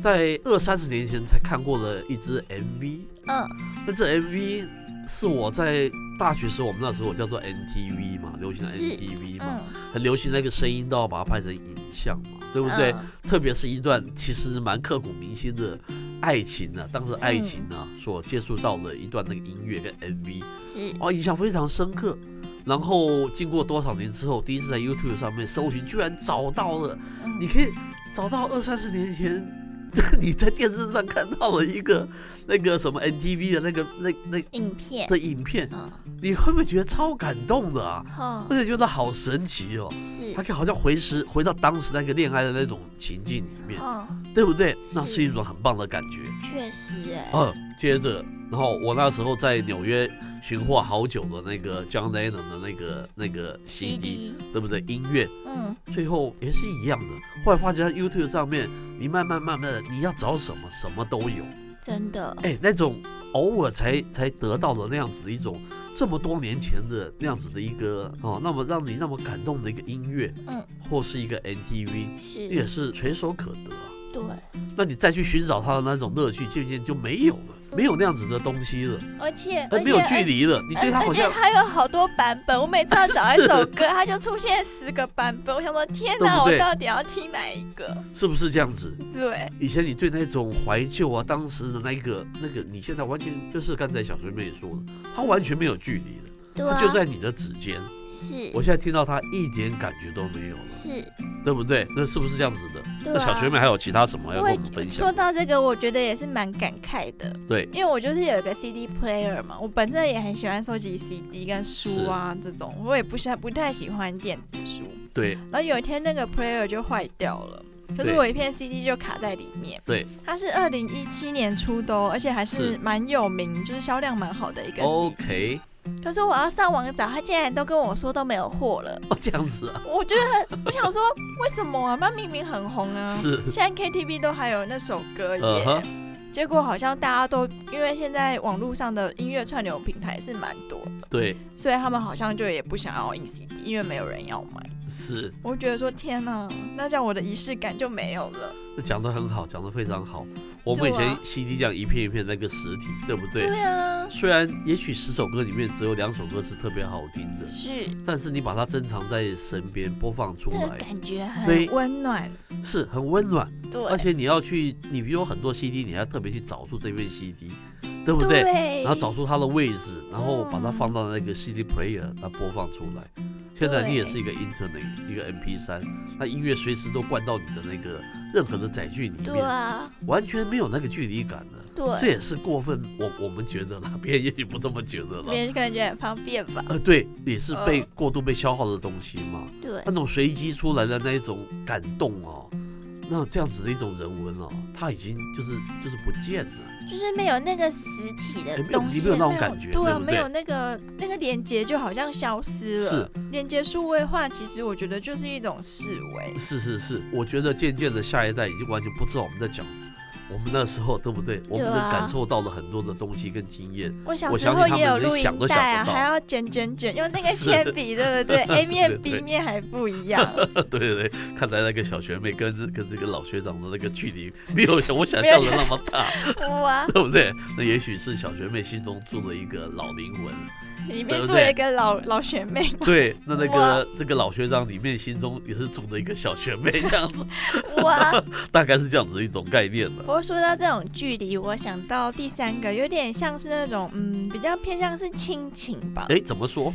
Speaker 1: 在二三十年前才看过的一支 MV。
Speaker 2: 嗯，
Speaker 1: 那支 MV 是我在大学时候，我们那时候叫做 NTV 嘛，流行的
Speaker 2: 是
Speaker 1: NTV 嘛，
Speaker 2: 嗯，
Speaker 1: 很流行那个声音都要把它拍成影像嘛，对不对？
Speaker 2: 嗯？
Speaker 1: 特别是一段其实蛮刻骨铭心的爱情呢、当时爱
Speaker 2: 嗯
Speaker 1: 情呢、所接触到的一段那个音乐跟 MV，
Speaker 2: 是，
Speaker 1: 哦，印象非常深刻。然后经过多少年之后，第一次在 YouTube 上面搜寻，居然找到了。
Speaker 2: 嗯
Speaker 1: 你可以找到二三十年前， 你在电视上看到了一个那个什么 NTV 的那个那那
Speaker 2: 影片，
Speaker 1: 的影片，啊
Speaker 2: 嗯，
Speaker 1: 你会不会觉得超感动的啊？
Speaker 2: 好
Speaker 1: 而，且觉得好神奇哦，
Speaker 2: 是
Speaker 1: 它，可以好像回时回到当时那个恋爱的那种情境里面，
Speaker 2: 嗯，
Speaker 1: 对不对？
Speaker 2: 是
Speaker 1: 那是一种很棒的感觉。
Speaker 2: 确实，哎，
Speaker 1: 嗯，接着，然后我那时候在纽约寻获好久的那个 John Lennon 的那个那个 CD，
Speaker 2: CD，
Speaker 1: 对不对？音乐，
Speaker 2: 嗯，
Speaker 1: 最后也是一样的。后来发觉在 YouTube 上面，你慢慢慢慢的，你要找什么什么都有，
Speaker 2: 真的，
Speaker 1: 哎，那种偶尔才才得到的那样子的一种，这么多年前的那样子的一个哦，那么让你那么感动的一个音乐，
Speaker 2: 嗯，
Speaker 1: 或是一个 NTV，
Speaker 2: 是，
Speaker 1: 也是垂手可得啊。
Speaker 2: 对，
Speaker 1: 那你再去寻找它的那种乐趣，渐渐就没有了，没有那样子的东西了，
Speaker 2: 而且，
Speaker 1: 呃
Speaker 2: 而，
Speaker 1: 没有
Speaker 2: 且
Speaker 1: 距。离了。你
Speaker 2: 而
Speaker 1: 对它好
Speaker 2: 而且
Speaker 1: 像
Speaker 2: 它有好多版本，我每次要找一首歌，它就出现十个版本。我想说，天哪，
Speaker 1: 对不对
Speaker 2: 我到底要听哪一个？
Speaker 1: 是不是这样子？
Speaker 2: 对，
Speaker 1: 以前你对那种怀旧啊，当时的那一个那个，你现在完全就是刚才小学妹说的，它完全没有距离了，
Speaker 2: 对
Speaker 1: 它
Speaker 2: 啊，
Speaker 1: 就在你的指尖。
Speaker 2: 是
Speaker 1: 我现在听到它一点感觉都没有了，
Speaker 2: 是，
Speaker 1: 对不对？那是不是这样子的？
Speaker 2: 对
Speaker 1: 那
Speaker 2: 啊。
Speaker 1: 小学妹还有其他什么要
Speaker 2: 因
Speaker 1: 跟
Speaker 2: 为
Speaker 1: 我们分
Speaker 2: 说
Speaker 1: 享？
Speaker 2: 到这个，我觉得也是蛮感慨的。
Speaker 1: 对，
Speaker 2: 因为我就是有一个 CD player 嘛，我本身也很喜欢收集 CD 跟书啊这种，我也不是不太喜欢电子书。
Speaker 1: 对，
Speaker 2: 然后有一天那个 player 就坏掉了，可是
Speaker 1: 对
Speaker 2: 我一片 CD 就卡在里面。
Speaker 1: 对，
Speaker 2: 它是二零一七年出的、哦，而且还
Speaker 1: 是哦
Speaker 2: 是蛮有名，就是销量蛮好的一个 CD。
Speaker 1: OK，
Speaker 2: 可是我要上网找，他竟然都跟我说都没有货 了，
Speaker 1: 哦，这样子啊，
Speaker 2: 我觉得很，我想说为什么啊？那明明很红啊。
Speaker 1: 是，
Speaker 2: 现在 KTV 都还有那首歌耶。
Speaker 1: 嗯哼，
Speaker 2: 结果好像大家都因为现在网络上的音乐串流平台是蛮多的，
Speaker 1: 对，
Speaker 2: 所以他们好像就也不想要印 CD，因为没有人要买。
Speaker 1: 是，
Speaker 2: 我觉得说天哪，那这样我的仪式感就没有了。
Speaker 1: 讲得很好，讲得非常好。我们以
Speaker 2: 对
Speaker 1: 前
Speaker 2: 啊
Speaker 1: CD 这样一片一片那个实体，对不对？
Speaker 2: 啊，
Speaker 1: 虽然也许十首歌里面只有两首歌是特别好听的，
Speaker 2: 是
Speaker 1: 但是你把它珍藏在身边，播放出
Speaker 2: 那个
Speaker 1: 来，
Speaker 2: 感觉
Speaker 1: 对
Speaker 2: 很温暖，
Speaker 1: 是很温暖。
Speaker 2: 对，
Speaker 1: 而且你要去，你有很多 CD，你还要特别去找出这片 CD，对不对？嗯
Speaker 2: 对，
Speaker 1: 然后找出它的位置，然后把它放到那个 CD player，那播放出来。现在你也是一个 internet，一个 MP 3那音乐随时都灌到你的那个任何的载具里
Speaker 2: 对
Speaker 1: 面，
Speaker 2: 啊，
Speaker 1: 完全没有那个距离感了。这
Speaker 2: 对，
Speaker 1: 也是过分，我我们觉得啦，别人也许不这么觉得
Speaker 2: 别
Speaker 1: 啦。
Speaker 2: 人可能觉得很方便吧，
Speaker 1: 呃，对，也是被过度被消耗的东西嘛。
Speaker 2: 对
Speaker 1: 那种随机出来的那一种感动哦，那这样子的一种人文哦，它已经就是就是不见了。
Speaker 2: 就是没有那个实体的
Speaker 1: 哎没有
Speaker 2: 东西，
Speaker 1: 你没有那种感觉
Speaker 2: 对
Speaker 1: 对
Speaker 2: 啊，
Speaker 1: 不
Speaker 2: 没
Speaker 1: 对
Speaker 2: 有那个那个连接就好像消失了。
Speaker 1: 是
Speaker 2: 连接数位化，其实我觉得就是一种示威。
Speaker 1: 是是是，我觉得渐渐的下一代已经完全不知道我们在讲我们那时候对不对？我们能感受到了很多的东西跟经验。
Speaker 2: 我小
Speaker 1: 我
Speaker 2: 时
Speaker 1: 相信
Speaker 2: 候
Speaker 1: 他
Speaker 2: 也有
Speaker 1: 们连
Speaker 2: 录
Speaker 1: 想
Speaker 2: 影
Speaker 1: 都想
Speaker 2: 带 啊，
Speaker 1: 不到
Speaker 2: 还要卷卷卷，用那个
Speaker 1: 是
Speaker 2: 铅笔，对不对
Speaker 1: 对
Speaker 2: ？A
Speaker 1: 对
Speaker 2: 面
Speaker 1: 对
Speaker 2: B 面还不一样，
Speaker 1: 对对对，看来那个小学妹跟跟这个老学长的那个距离没有我想象的那么大，
Speaker 2: 哇！
Speaker 1: 对不对？那也许是小学妹心中住了一个老灵魂。
Speaker 2: 里
Speaker 1: 对
Speaker 2: 面
Speaker 1: 不
Speaker 2: 做了
Speaker 1: 对嗯
Speaker 2: 一个老老学妹，
Speaker 1: 对，那那
Speaker 2: 哇
Speaker 1: 个那个老学长里面心中也是住着一个小学妹这样子，
Speaker 2: 哇！
Speaker 1: 大概是这样子一种概念
Speaker 2: 不
Speaker 1: 的。
Speaker 2: 过说到这种距离，我想到第三个，有点像是那种嗯，比较偏向是亲情吧。
Speaker 1: 哎，怎么说？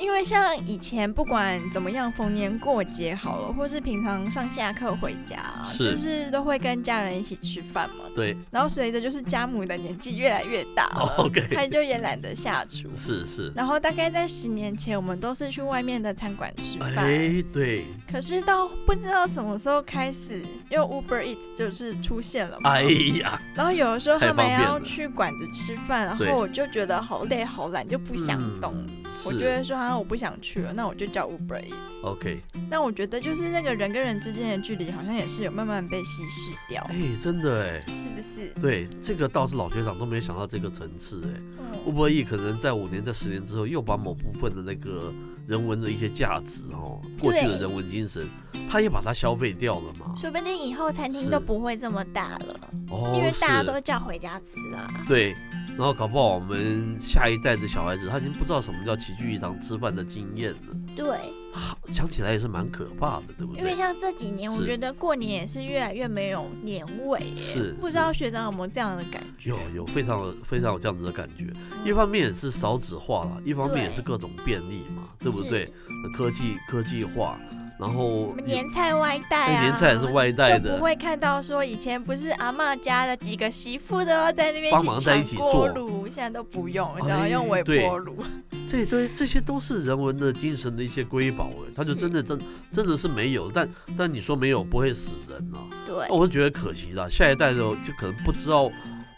Speaker 2: 因为像以前不管怎么样，逢年过节好了，或是平常上下课回家啊，
Speaker 1: 是
Speaker 2: 就是都会跟家人一起吃饭嘛。
Speaker 1: 对
Speaker 2: 然后随着就是家母的年纪越来越大 了，
Speaker 1: Oh,
Speaker 2: 她
Speaker 1: ，OK，
Speaker 2: 就也懒得下厨。
Speaker 1: 是是，
Speaker 2: 然后大概在十年前，我们都是去外面的餐馆吃饭。
Speaker 1: 哎，对，
Speaker 2: 可是到不知道什么时候开始，因为 Uber Eats 就是出现了嘛，
Speaker 1: 哎呀，
Speaker 2: 然后有的时候
Speaker 1: 太
Speaker 2: 他
Speaker 1: 方
Speaker 2: 们
Speaker 1: 便
Speaker 2: 要
Speaker 1: 了
Speaker 2: 去馆子吃饭，然
Speaker 1: 对
Speaker 2: 后我就觉得好累好懒，就不想动。
Speaker 1: 嗯
Speaker 2: 我
Speaker 1: 是
Speaker 2: 就会说啊，我不想去了，那我就叫 Uber Eats。
Speaker 1: OK，
Speaker 2: 那我觉得就是那个人跟人之间的距离，好像也是有慢慢被稀释掉，
Speaker 1: 哎，真的哎，
Speaker 2: 是不是？
Speaker 1: 对，这个倒是老学长都没想到这个层次哎。
Speaker 2: 嗯，
Speaker 1: 乌波义可能在五年、在十年之后，又把某部分的那个人文的一些价值哦，过去的
Speaker 2: 对
Speaker 1: 人文精神，他也把它消费掉了嘛。
Speaker 2: 说不定以后餐
Speaker 1: 是
Speaker 2: 厅都不会这么大了，因
Speaker 1: 哦
Speaker 2: 为，
Speaker 1: 是。
Speaker 2: 大家都叫回家吃啦。
Speaker 1: 对，然后搞不好我们下一代的小孩子，他已经不知道什么叫齐聚一堂吃饭的经验了。
Speaker 2: 对，
Speaker 1: 好，想起来也是蛮可怕的，对不
Speaker 2: 因为
Speaker 1: 对？
Speaker 2: 像这几年，我
Speaker 1: 是
Speaker 2: 觉得过年也是越来越没有年味耶，
Speaker 1: 是
Speaker 2: 不
Speaker 1: 是
Speaker 2: 知道学长有没有这样的感觉？
Speaker 1: 有有非常有非常有这样子的感觉，一方面也是少子化了，一方面也是
Speaker 2: 对
Speaker 1: 各种便利嘛，对不
Speaker 2: 是
Speaker 1: 对？那科技科技化，然后
Speaker 2: 什么
Speaker 1: 也
Speaker 2: 年菜外带
Speaker 1: 哎
Speaker 2: 啊，
Speaker 1: 年菜也是外带
Speaker 2: 就
Speaker 1: 的
Speaker 2: 不，会看到说以前不是阿嬷家的几个媳妇都要在那边
Speaker 1: 帮忙在一起
Speaker 2: 抢锅
Speaker 1: 做
Speaker 2: 炉，现在都不用，只要
Speaker 1: 哎
Speaker 2: 用微
Speaker 1: 对
Speaker 2: 波 炉。
Speaker 1: 这堆这些都是人文的精神的一些瑰宝哎，他就是真的真真的是没有，但但你说没有不会死人啊，
Speaker 2: 对
Speaker 1: 那，我就觉得可惜了，下一代的就可能不知道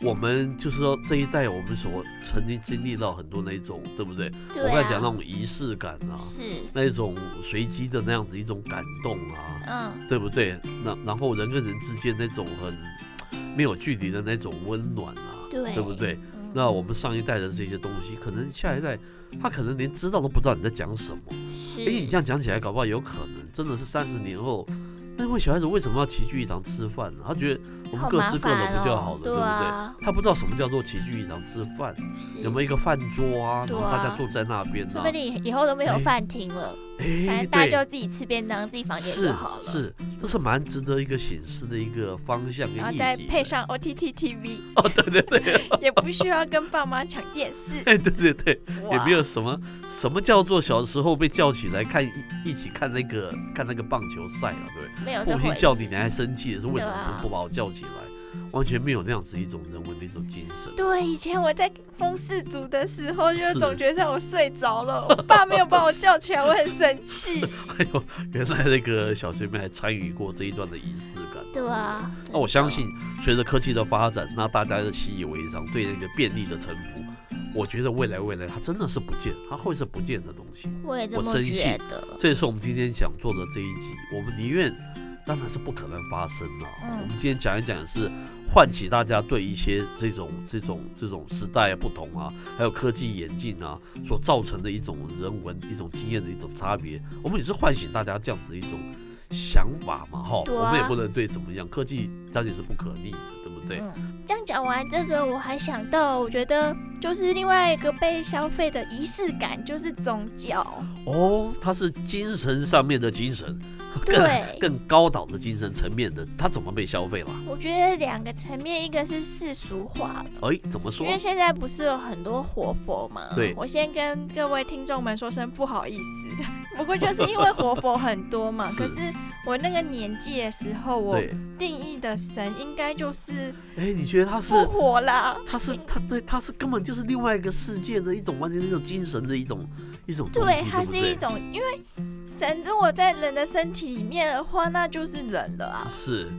Speaker 1: 我们就是说这一代我们所曾经经历到很多那种，对不对？
Speaker 2: 对
Speaker 1: 我
Speaker 2: 啊
Speaker 1: 刚才讲那种仪式感啊，
Speaker 2: 是，
Speaker 1: 那一种随机的那样子一种感动啊，
Speaker 2: 嗯，
Speaker 1: 对不对？那然后人跟人之间那种很没有距离的那种温暖啊，
Speaker 2: 对
Speaker 1: 不对？
Speaker 2: 嗯
Speaker 1: 那我们上一代的这些东西，可能下一代他可能连知道都不知道你在讲什么。哎，你这样讲起来，搞不好有可能真的是三十年后，那为小孩子为什么要齐聚一堂吃饭呢？他觉得我
Speaker 2: 嗯
Speaker 1: 们
Speaker 2: 好
Speaker 1: 各
Speaker 2: 麻
Speaker 1: 吃各的
Speaker 2: 烦
Speaker 1: 不就
Speaker 2: 哦
Speaker 1: 好了，
Speaker 2: 对啊
Speaker 1: 不对？他不知道什么叫做齐聚一堂吃饭，
Speaker 2: 是
Speaker 1: 有没有一个饭桌啊？然
Speaker 2: 对
Speaker 1: 后
Speaker 2: 啊
Speaker 1: 大家坐在那边
Speaker 2: 说
Speaker 1: 啊
Speaker 2: 不？定以后都没有
Speaker 1: 哎
Speaker 2: 饭厅了，反
Speaker 1: 哎，
Speaker 2: 正大家
Speaker 1: 对，
Speaker 2: 就自己吃便当，自己房间
Speaker 1: 是
Speaker 2: 就好了。
Speaker 1: 是，这是蛮值得一个醒思的一个方向
Speaker 2: 然
Speaker 1: 跟
Speaker 2: 后
Speaker 1: 议
Speaker 2: 再
Speaker 1: 题
Speaker 2: 配
Speaker 1: 的。
Speaker 2: 上 OTT TV，
Speaker 1: 哦，对对对，，
Speaker 2: 也不需要跟爸妈抢电视
Speaker 1: 哎， 对对对， 也
Speaker 2: 哇
Speaker 1: 没有什么什么叫做小时候被叫起来看一一起看那个看那个棒球赛啊，对不对？
Speaker 2: 没有这
Speaker 1: 父
Speaker 2: 回
Speaker 1: 亲
Speaker 2: 事
Speaker 1: 叫你，你还生气，是为什
Speaker 2: 对
Speaker 1: 么
Speaker 2: 啊
Speaker 1: 不不把我叫起来？完全没有那样子一种人文的一种精神。
Speaker 2: 对，以前我在风四组的时候，就是总觉得我睡着了，我爸没有把我叫起来，我很生 气。
Speaker 1: 哎呦，原来那个小学妹还参与过这一段的仪式感。
Speaker 2: 对啊，
Speaker 1: 那我相信，随着科技的发展，那大家就习以为常，对那个便利的臣服。我觉得未来未来，它真的是不见，它会是不见的东西。
Speaker 2: 我也
Speaker 1: 这么我生气觉
Speaker 2: 得。
Speaker 1: 这也是我们今天想做的这一集。我们宁愿，当然是不可能发生了。
Speaker 2: 嗯
Speaker 1: 我们今天讲一讲是唤起大家对一些这种这种这种时代不同啊，还有科技演进啊所造成的一种人文、一种经验的一种差别。我们也是唤醒大家这样子的一种想法嘛，哈。
Speaker 2: 对啊
Speaker 1: 我们也不能对怎么样，科技到底是不可逆的，对不对？
Speaker 2: 嗯这样讲完这个，我还想到，我觉得就是另外一个被消费的仪式感，就是宗教。
Speaker 1: 哦，它是精神上面的精神，更
Speaker 2: 对，
Speaker 1: 更高档的精神层面的，它怎么被消费了？
Speaker 2: 我觉得两个层面，一个是世俗化的，
Speaker 1: 哎，怎么说
Speaker 2: 因？为现在不是有很多活佛嘛。
Speaker 1: 对
Speaker 2: 我先跟各位听众们说声不好意思， 不过就是因为活佛很多嘛，
Speaker 1: 是
Speaker 2: 可是我那个年纪的时候，我
Speaker 1: 对，
Speaker 2: 定义的神应该就是
Speaker 1: 哎，你觉得它是
Speaker 2: 不活啦。
Speaker 1: 它是它对它是根本就是另外一个世界的一种，完全是一种精神的一种一种东西
Speaker 2: 对，它
Speaker 1: 不
Speaker 2: 是一种，因为神如果在人的身体里面的话，那就是人了啊。
Speaker 1: 是，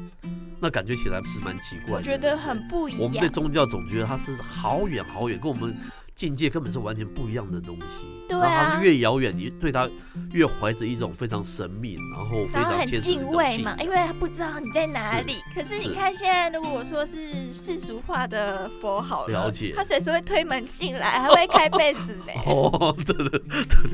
Speaker 1: 那感觉起来是蛮奇怪的。
Speaker 2: 我觉得很不一
Speaker 1: 我们对
Speaker 2: 样。啊
Speaker 1: 宗教总觉得它是好远好远，跟我们境界根本是完全不一样的东西。
Speaker 2: 对啊
Speaker 1: 然后它是越遥远，你对它越怀着一种非常神秘，然后非
Speaker 2: 然后
Speaker 1: 常
Speaker 2: 很
Speaker 1: 虔诚
Speaker 2: 敬
Speaker 1: 的一种
Speaker 2: 畏
Speaker 1: 敬
Speaker 2: 嘛，因为不知道你在哪里。可是
Speaker 1: 是
Speaker 2: 你看现在，如果说是世俗化的佛好了，
Speaker 1: 了解。
Speaker 2: 他随时会推门进来，还会开被子呢
Speaker 1: 哦，对对对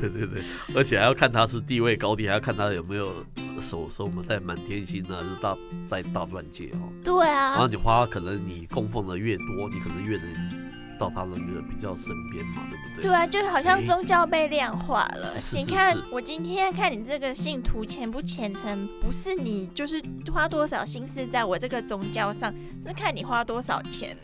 Speaker 1: 对对对，而且还要看他是地位高低，还要看他有没有手手嘛戴满天星啊，就是大戴大钻戒哦。
Speaker 2: 对
Speaker 1: 然后
Speaker 2: 啊，
Speaker 1: 你花可能你供奉的越多，你可能越能到他那个比较身边嘛，对不对？
Speaker 2: 对啊，就好像
Speaker 1: 诶
Speaker 2: 宗教被量化了。
Speaker 1: 哎是
Speaker 2: 你
Speaker 1: 是
Speaker 2: 看
Speaker 1: 是
Speaker 2: 我今天看你这个信徒虔不虔诚，不是你就是花多少心思在我这个宗教上，是看你花多少钱呢、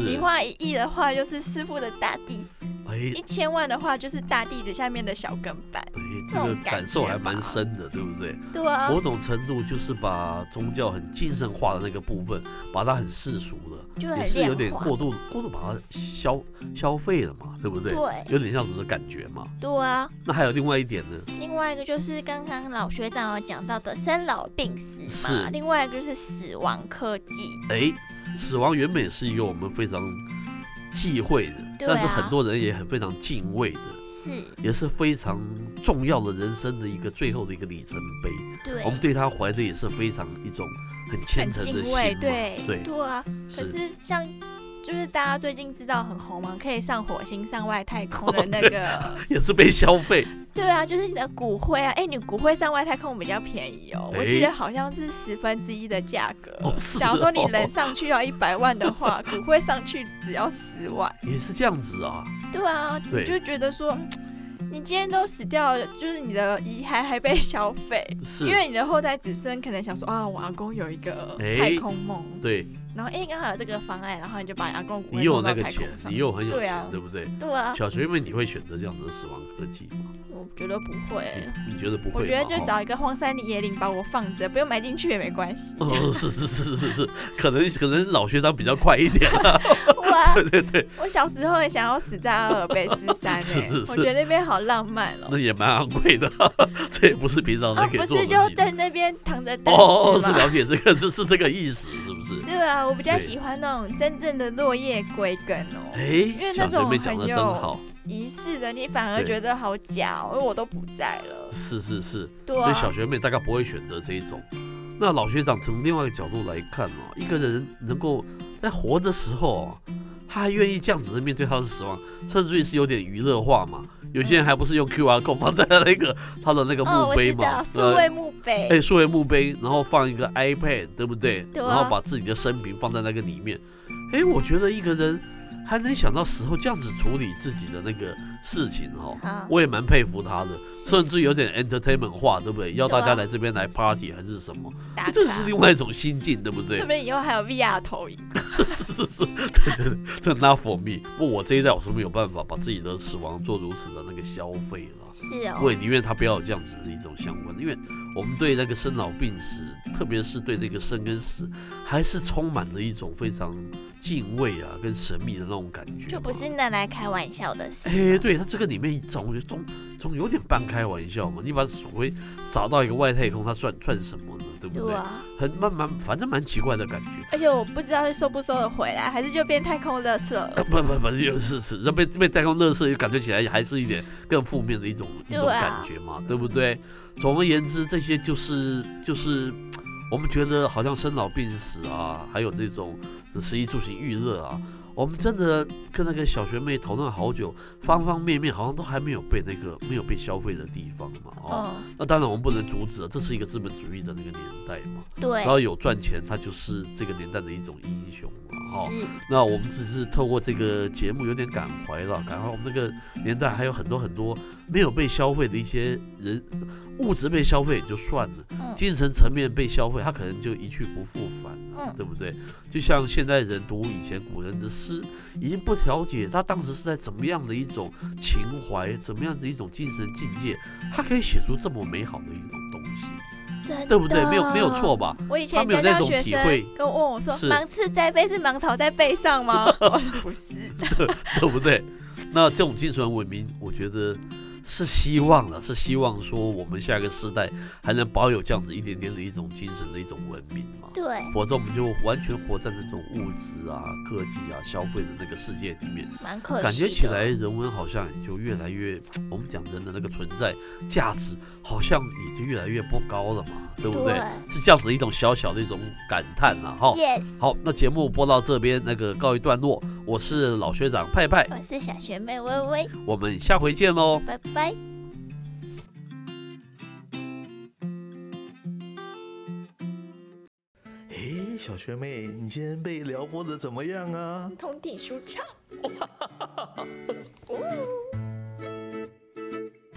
Speaker 2: 你
Speaker 1: 是，
Speaker 2: 花一亿的话，就是师傅的大弟子；
Speaker 1: 哎
Speaker 2: 一千万的话，就是大弟子下面的小跟班。
Speaker 1: 哎，
Speaker 2: 这
Speaker 1: 这个
Speaker 2: 种感
Speaker 1: 感受
Speaker 2: 觉
Speaker 1: 还蛮
Speaker 2: 吧
Speaker 1: 深的，对不对？
Speaker 2: 对啊，
Speaker 1: 某种程度就是把宗教很精神化的那个部分，把它很世俗了，
Speaker 2: 就很
Speaker 1: 也
Speaker 2: 量
Speaker 1: 是有点
Speaker 2: 化
Speaker 1: 过度过度把它消消费了嘛，对不对？
Speaker 2: 对
Speaker 1: 有点像什么感觉嘛。
Speaker 2: 对啊。
Speaker 1: 那还有另外一点呢，
Speaker 2: 另外一个就是刚刚老学长有讲到的生老病死
Speaker 1: 是
Speaker 2: 嘛，另外一个就是死亡科技。
Speaker 1: 哎，死亡原本是一个我们非常忌讳的，
Speaker 2: 对
Speaker 1: 但是
Speaker 2: 啊
Speaker 1: 很多人也很非常敬畏的，
Speaker 2: 是，
Speaker 1: 也是非常重要的人生的一个最后的一个里程碑。
Speaker 2: 对
Speaker 1: 我，们对他怀的也是非常一种很虔
Speaker 2: 很
Speaker 1: 诚
Speaker 2: 敬
Speaker 1: 哦的心
Speaker 2: 畏，
Speaker 1: 嘛，
Speaker 2: 对，
Speaker 1: 对，
Speaker 2: 啊。可是
Speaker 1: 是。
Speaker 2: 像就是大家最近知道很红嘛，可以上火星、上外太空的那 个，
Speaker 1: 也是被消费，
Speaker 2: 对啊，就是你的骨灰啊，哎，你骨灰上外太空比较便宜哦，我记得好像是十分之一的价格
Speaker 1: 哦。是
Speaker 2: 假如说你
Speaker 1: 哦
Speaker 2: 人上去要一百万的话，骨灰上去只要十万。
Speaker 1: 也是这样子啊。
Speaker 2: 对啊，
Speaker 1: 对
Speaker 2: 你就觉得说，嗯你今天都死掉了，就是你的遗骸还被消费，
Speaker 1: 是，
Speaker 2: 因为你的后代子孙可能想说啊，我阿公有一个
Speaker 1: 哎
Speaker 2: 太空梦，
Speaker 1: 对
Speaker 2: 然后哎刚好有这个方案，然后你就把你阿公骨
Speaker 1: 你
Speaker 2: 灰
Speaker 1: 有
Speaker 2: 送
Speaker 1: 那
Speaker 2: 到
Speaker 1: 个
Speaker 2: 太
Speaker 1: 钱
Speaker 2: 空，上
Speaker 1: 你。又很有
Speaker 2: 对
Speaker 1: 钱，
Speaker 2: 啊
Speaker 1: 对不对？
Speaker 2: 对啊，
Speaker 1: 小学妹你会选择这样子的死亡科技吗？
Speaker 2: 我觉得不会，
Speaker 1: 你觉得嗯不
Speaker 2: 呃
Speaker 1: 会吗？
Speaker 2: 我觉得就
Speaker 1: 哦。
Speaker 2: 找一个荒山野岭把我放着，不用埋进去也没关 系。
Speaker 1: 哦，是是是是是，可能可能老学长比较快一点，
Speaker 2: 哇，
Speaker 1: 对对对，
Speaker 2: 啊我小时候也想要死在阿尔卑斯山
Speaker 1: 是
Speaker 2: 欸
Speaker 1: 是是
Speaker 2: 我觉得那边好浪漫哦
Speaker 1: 那。也蛮昂贵的， 这也不是平常
Speaker 2: 啊，
Speaker 1: 人可
Speaker 2: 不
Speaker 1: 以做
Speaker 2: 是
Speaker 1: 得
Speaker 2: 就
Speaker 1: 起的。
Speaker 2: 在那边躺着等
Speaker 1: 哦，
Speaker 2: 死
Speaker 1: 是
Speaker 2: 吗
Speaker 1: 了解这个，是是这个意思，是不是？
Speaker 2: 对啊，我比较
Speaker 1: 对
Speaker 2: 喜欢那种真正的落叶归根哦，
Speaker 1: 哎，
Speaker 2: 为
Speaker 1: 小
Speaker 2: 那
Speaker 1: 学
Speaker 2: 种
Speaker 1: 妹讲的
Speaker 2: 很
Speaker 1: 真
Speaker 2: 有
Speaker 1: 好，
Speaker 2: 仪式的你反而
Speaker 1: 对
Speaker 2: 觉得好假、哦，因为我都不在了。
Speaker 1: 是是是，
Speaker 2: 对
Speaker 1: 所以小
Speaker 2: 啊，
Speaker 1: 学妹大概不会选择这一种。那老学长从另外一个角度来看哦，一个人能够在活的时候、哦，他还愿意这样子的面对他的死亡，甚至于是有点娱乐化嘛。有些人还不是用 QR code 放在那个他的那
Speaker 2: 哦，
Speaker 1: 个墓
Speaker 2: 我知
Speaker 1: 碑嘛
Speaker 2: 道，，数
Speaker 1: 呃
Speaker 2: 位墓碑，
Speaker 1: 哎，数位墓碑，然后放一个 iPad，对不对？
Speaker 2: 对啊
Speaker 1: 然后把自己的生平放在那个里面。哎，我觉得一个人还能想到死后这样子处理自己的那个事情 哦，
Speaker 2: 好，
Speaker 1: 我也蛮佩服他的。
Speaker 2: 是
Speaker 1: 甚至有点 entertainment 化，对不对？邀
Speaker 2: 对啊
Speaker 1: 大家来这边来 party 还是什么？
Speaker 2: 打卡，
Speaker 1: 这是另外一种心境，对不对
Speaker 2: 是？不是以后还有 VR 投影？
Speaker 1: 是是是，对对对，这 not for me。不，我这一代我是没有办法把自己的死亡做如此的那个消费了。
Speaker 2: 是
Speaker 1: 我
Speaker 2: 哦，
Speaker 1: 也宁愿他不要有这样子的一种相关，因为我们对那个生老病死，特别是对这个生跟死，还是充满了一种非常敬畏啊跟神秘的那种感觉嘛。
Speaker 2: 就不是拿来开玩笑的事。啊
Speaker 1: 哎，对他这个里面总总总有点半开玩笑嘛，你把所谓砸到一个外太空，他算算什么呢？对不
Speaker 2: 对
Speaker 1: 对？
Speaker 2: 啊，
Speaker 1: 很慢慢，反正蛮奇怪的感觉。
Speaker 2: 而且我不知道收不收得回来，还是就变太空垃圾
Speaker 1: 啊、
Speaker 2: 了。
Speaker 1: 不不不，就是是，那被被太空热射，又感觉起来还是一点更负面的一种一种
Speaker 2: 对啊
Speaker 1: 感觉嘛，对不对？总而言之，这些就是就是我们觉得好像生老病死啊，还有这种食衣住行娱乐啊，我们真的跟那个小学妹讨论好久，方方面面好像都还没有被那个没有被消费的地方嘛，哦，
Speaker 2: 嗯，
Speaker 1: 那当然我们不能阻止啊，这是一个资本主义的那个年代嘛，
Speaker 2: 对
Speaker 1: 只，要有赚钱，他就是这个年代的一种英雄嘛，哦，
Speaker 2: 是，
Speaker 1: 那我们只是透过这个节目有点感怀了，感怀我们那个年代还有很多很多没有被消费的一些人，物质被消费也就算了，
Speaker 2: 嗯
Speaker 1: 精神层面被消费，他可能就一去不复返了
Speaker 2: 嗯，
Speaker 1: 对不对？就像现代人读以前古人的诗，已经不了解他当时是在怎么样的一种情怀，怎么样的一种精神境界，他可以写出这么美好的一种东西，
Speaker 2: 真的，
Speaker 1: 对不对？没有没有错吧？
Speaker 2: 我以
Speaker 1: 他
Speaker 2: 前
Speaker 1: 们有
Speaker 2: 教
Speaker 1: 那
Speaker 2: 教
Speaker 1: 种
Speaker 2: 学
Speaker 1: 体
Speaker 2: 生
Speaker 1: 会
Speaker 2: 跟我问我说
Speaker 1: 是：“
Speaker 2: 芒刺在背是芒草在背上 吗？”我说：“不是。
Speaker 1: 对不对？那这种精神文明，我觉得是希望了，是希望说我们下一个世代还能保有这样子一点点的一种精神的一种文明嘛”。
Speaker 2: 对，
Speaker 1: 否则我们就完全活在那种物质啊、科技啊、消费的那个世界里面，
Speaker 2: 蛮可惜。
Speaker 1: 感觉起来，人文好像也就越来越，我们讲人的那个存在价值好像也就越来越不高了嘛，对不对？哦是这样子一种小小的一种感叹呐、哈。
Speaker 2: ，yes。
Speaker 1: 好，那节目播到这边，那个告一段落。我是老学长派派，
Speaker 2: 我是小学妹微微，
Speaker 1: 我们下回见哦喽。
Speaker 2: 拜拜。
Speaker 1: 哎
Speaker 4: 诶，小学妹，你今天被撩拨的怎么样啊？
Speaker 3: 通体舒畅。哦